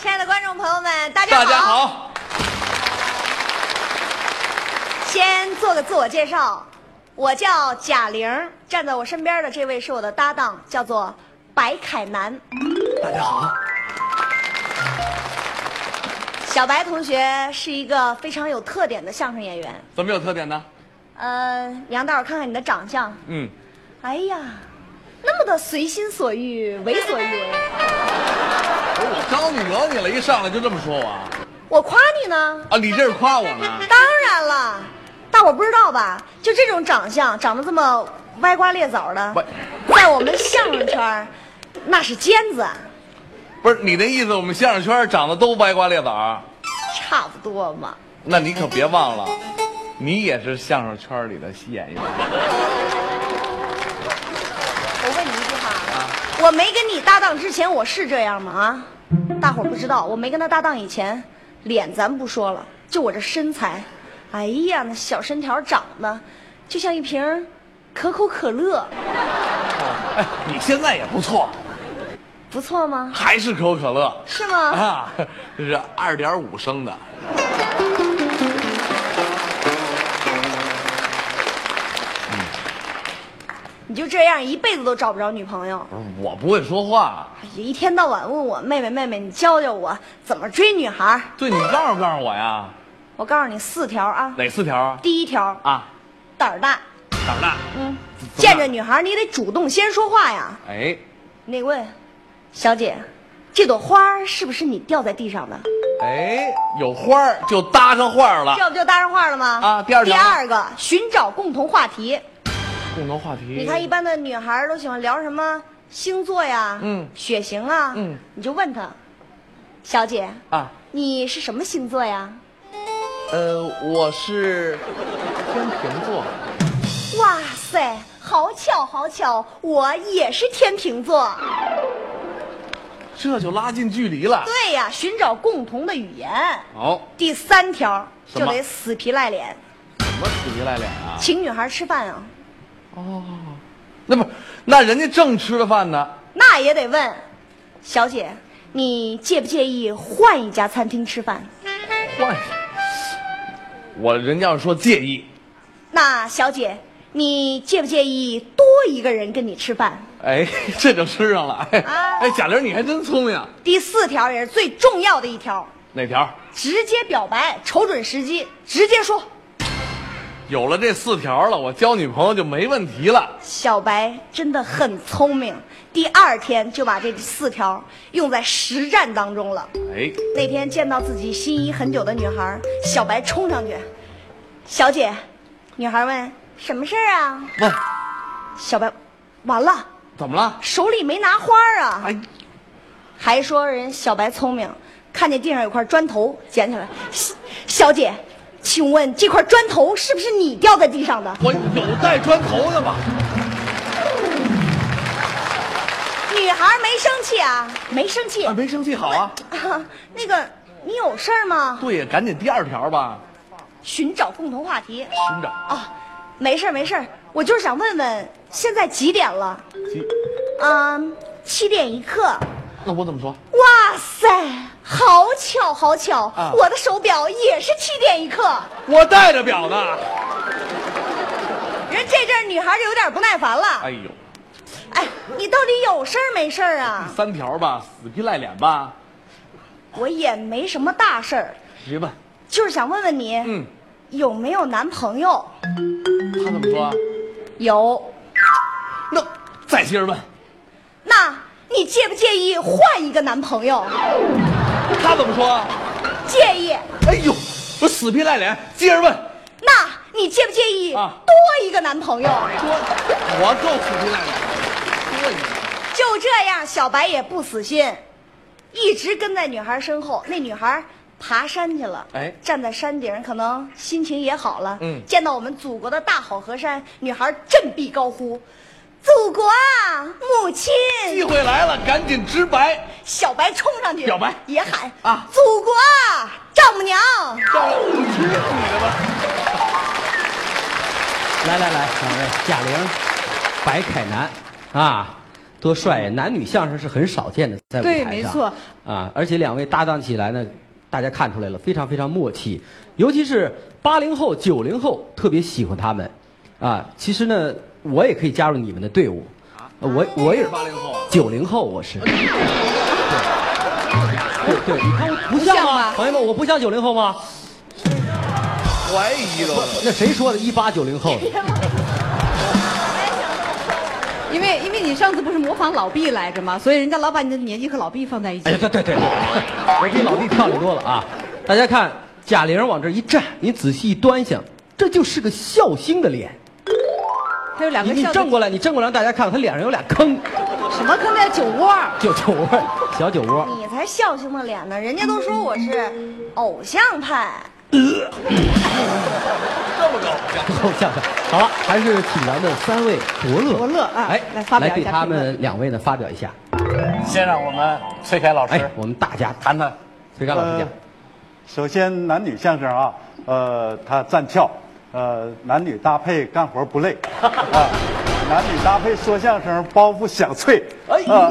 亲爱的观众朋友们，大家好。大家。好，先做个自我介绍，我叫贾玲，站在我身边的这位是我的搭档，叫做白凯南。大家好，小白同学是一个非常有特点的相声演员。怎么有特点呢？呃，杨导，看看你的长相，嗯，哎呀，那么的随心所欲，为所欲为。不是哦我招你惹你了，一上来就这么说我啊？我夸你呢，啊，你这是夸我呢？ 当然了，大伙儿不知道吧？就这种长相，长得这么歪瓜裂枣的歪，在我们相声圈儿那是尖子啊，不是你那意思，我们相声圈长得都歪瓜裂枣儿？差不多嘛。那你可别忘了，你也是相声圈里的演员。我问你一句话，我没跟你搭档之前，我是这样吗？啊，大伙儿不知道，我没跟他搭档以前，脸咱不说了，就我这身材，哎呀，那小身条长得就像一瓶可口可乐，哎， 你现在也不错，不错吗？还是可口可乐是吗？啊，这是二点五升的。你就这样一辈子都找不着女朋友，不是我不会说话，哎呀一天到晚问我妹妹妹妹，你教教我怎么追女孩儿。对你告诉告诉我呀，我告诉你四条啊，哪四条啊？第一条啊，胆儿大，胆儿大。嗯，怎么见着女孩儿你得主动先说话呀。哎，那位，小姐，这朵花儿是不是你掉在地上的？哎，有花儿就搭上花儿了。这不就搭上话了吗？啊第二条第二个，寻找共同话题。共同话题，你看，一般的女孩儿都喜欢聊什么星座呀，嗯血型啊，嗯，你就问她，小姐，啊，你是什么星座呀？呃，我是天秤座，哇塞，好巧好巧，我也是天秤座。这就拉近距离了。对呀，寻找共同的语言。好，第三条什就么得死皮赖脸，什么死皮赖脸啊？请女孩吃饭啊，那不，那人家正吃着饭呢。那也得问，小姐，你介不介意换一家餐厅吃饭？换，我人家要说介意，那小姐，你介不介意多一个人跟你吃饭？哎， 这就吃上了。哎，啊哎，贾玲，你还真聪明。第四条也是最重要的一条，哪条？直接表白，瞅准时机，直接说。有了这四条了，我交女朋友就没问题了。小白真的很聪明，第二天就把这四条用在实战当中了。哎，那天见到自己心仪很久的女孩，小白冲上去，小姐，女孩问什么事儿啊？问小白，完了，怎么了？手里没拿花儿啊，哎，还说人小白聪明，看见地上有块砖头捡起来，小小姐，请问这块砖头是不是你掉在地上的？我有带砖头的吗？女孩没生气啊，没生气啊，。没生气好啊。啊 那个，你有事儿吗？对呀，赶紧第二条吧，寻找共同话题。寻找。啊，没事儿没事儿，我就是想问问，现在几点了？急嗯，七点一刻。那我怎么说？哇塞，好巧好巧，啊我的手表也是七点一刻。我带着表呢。人这阵儿女孩就有点不耐烦了。哎呦，哎，你到底有事儿没事儿啊？三条吧，死皮赖脸吧，我也没什么大事儿，谁问？就是想问问你，嗯，有没有男朋友？他怎么说啊？有。那再接着问，那你介不介意换一个男朋友？他怎么说啊？介意。哎呦，我死皮赖脸，接着问，那你介不介意啊多一个男朋友？说，我够死皮赖脸的，多一个就这样，小白也不死心，一直跟在女孩身后。那女孩爬山去了，哎站在山顶，可能心情也好了。嗯见到我们祖国的大好河山，女孩振臂高呼：“祖国啊，母亲机会来了，赶紧直白。！”小白冲上去，表白也喊：“啊祖国啊，丈母娘到了，你吃你的吧。来来来，两位，贾玲、白凯南，啊，多帅呀！男女相声是很少见的，在舞台对上。没错。啊，而且两位搭档起来呢，大家看出来了，非常非常默契。尤其是八零后、九零后，特别喜欢他们。啊，其实呢，我也可以加入你们的队伍。我我也是八零后啊，九零后，我是。对对对，你看我不像不像吗吧？朋友们，我不像九零后吗？怀疑了。那谁说的？一八九零后。因为因为你上次不是模仿老毕来着吗？所以人家老把你的年纪和老毕放在一起。哎呀，对对对，我比老弟漂亮多了啊！大家看，贾玲往这一站，你仔细一端详，这就是个笑星的脸。他有两你个你笑正过来，你正过来，让大家看看，他脸上有俩坑，什么坑在酒窝？就酒窝，小酒窝。你才笑星的脸呢，人家都说我是偶像派。够呛的。好了，还是请咱们三位伯乐，伯乐啊哎，来发表一下对他们两位呢发表一下。先让我们崔凯老师、哎，我们大家谈谈崔刚老师讲呃，首先，男女相声啊，呃，它站翘，呃，男女搭配干活不累，啊，男女搭配说相声包袱响脆，哎啊，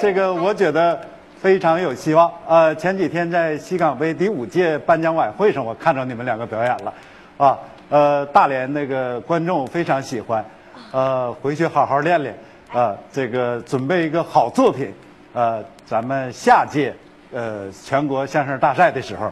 这个我觉得非常有希望。呃，前几天在西港杯第五届颁奖晚会上，我看着你们两个表演了，啊，呃，大连那个观众非常喜欢，呃，回去好好练练，啊，这个准备一个好作品，呃，咱们下届呃全国相声大赛的时候，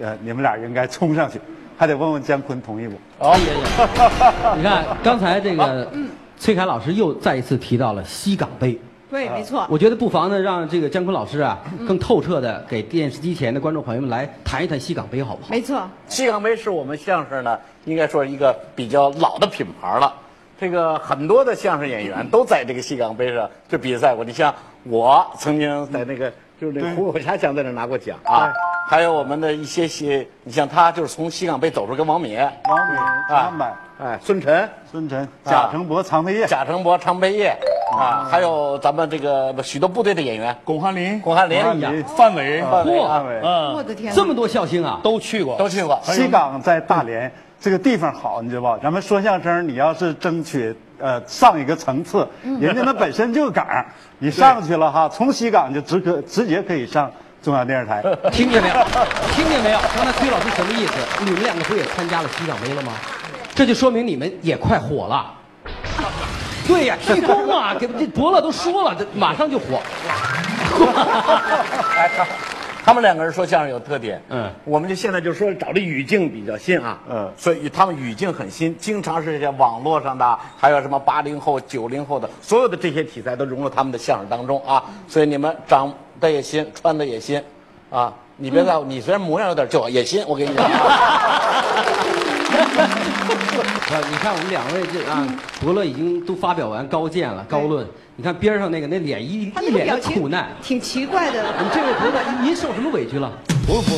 呃，你们俩应该冲上去，还得问问姜昆同意不？ 你看刚才这个崔凯老师又再一次提到了西港杯。对，没错。我觉得不妨呢，让这个姜昆老师啊，更透彻的给电视机前的观众朋友们来谈一谈西港杯，好不好？没错，西港杯是我们相声呢，应该说一个比较老的品牌了。这个很多的相声演员都在这个西港杯上就比赛过。你像我曾经在那个就是那个胡国家祥在那拿过奖啊，还有我们的一些些，你像他就是从西港杯走出跟王冕王敏、啊张满、，哎，孙晨、孙晨、贾成博、常飞业，贾成博、常贝业啊，还有咱们这个许多部队的演员，巩汉林、巩汉林、巩汉林范伟，范伟啊嚯范伟。我的天哪，这么多笑星啊，都去过，都去过。西港在大连这个地方好，你知道吧？咱们说相声，你要是争取呃上一个层次，人家那本身就港儿，你上去了哈，从西港就直可直接可以上中央电视台。听见没有？听见没有？刚才崔老师什么意思？你们两个不也参加了西港杯了吗？这就说明你们也快火了。对呀，鞠躬啊！给这伯乐都说了，这马上就火。 哎，他他们两个人说相声有特点，嗯我们就现在就说找的语境比较新啊，嗯所以他们语境很新，经常是这些网络上的，还有什么八零后、九零后的，所有的这些题材都融入他们的相声当中啊，所以你们长得也新，穿的也新，啊，你别在乎，你虽然模样有点旧，也新，我跟你讲， 啊，你看我们两位这啊，嗯伯乐已经都发表完高见了、高论。你看边上那个那脸一他一那个脸表的情苦难。挺奇怪的。你这位伯乐，您受什么委屈了？不不，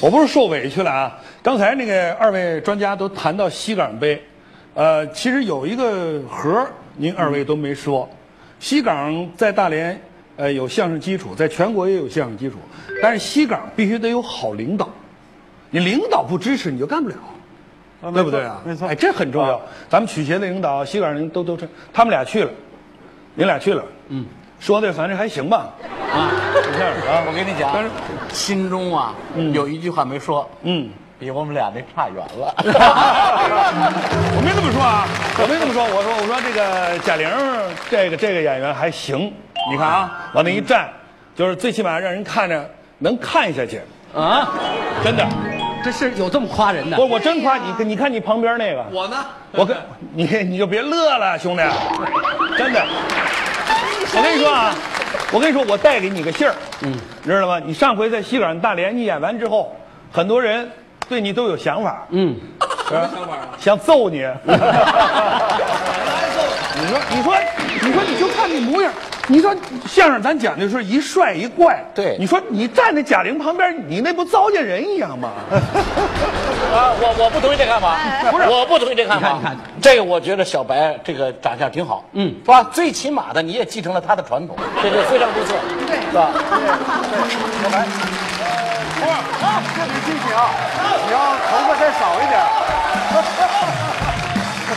我不是受委屈了啊！刚才那个二位专家都谈到西港杯，呃，其实有一个核儿，您二位都没说。西港在大连，呃，有相声基础，在全国也有相声基础，但是西港必须得有好领导，你领导不支持，你就干不了。啊对不对啊？没错，哎，这很重要。啊咱们曲协的领导、西港领都都这，他们俩去了，你俩去了，嗯，说的反正还行 吧，啊，这样啊，我跟你讲但是，心中啊、有一句话没说，嗯，比我们俩这差远 了。我没这么说啊，我没这么说，我说我说这个贾玲儿这个这个演员还行，你看啊，往那一站，就是最起码让人看着能看下去，啊，真的，这是有这么夸人的我？我真夸你，你看你旁边那个，我呢？我跟你你就别乐了，兄弟，真的。我跟你说啊，我跟你说，我带给你个信儿，嗯，你知道吗？你上回在西港大连你演完之后，很多人对你都有想法，嗯，什么想法、啊想揍 你。你说，你说，你说，你就看你模样。你说相声咱讲究是一帅一怪，对你说你站在贾玲旁边，你那不糟践人一样吗？啊，我我不同意这看法，不是，我不同意这看法。你看你这个我觉得小白这个长相挺好，嗯是吧？最起码的你也继承了他的传统，这个非常不错，对是吧？特别记紧啊，你要头发再少一点。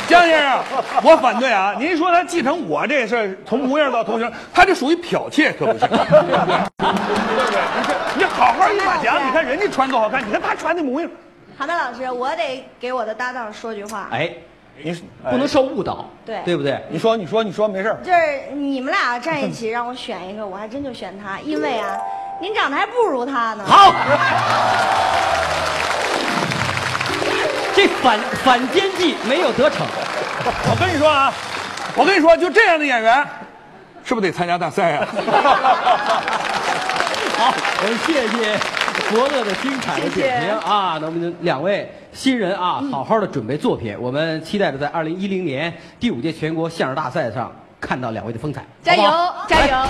江先生，我反对啊！您说他继承我这事儿，从模样到头型，他这属于剽窃，可不行，对不对？对不对？你这你好好一马甲，哎你看人家穿多好看，你看他穿的模样，韩丹老师，我得给我的搭档说句话，哎，你不能受误导，对对不对？你说你说你说没事儿就是你们俩站一起让我选一个，我还真就选他，因为啊，您长得还不如他呢。好，这反反间计没有得逞，我跟你说啊，我跟你说，就这样的演员，是不是得参加大赛啊？ 好，我们谢谢伯乐的精彩的点评啊！那我们两位新人啊，嗯好好的准备作品，我们期待着在二零一零年第五届全国相声大赛上看到两位的风采。加油好不好，加油！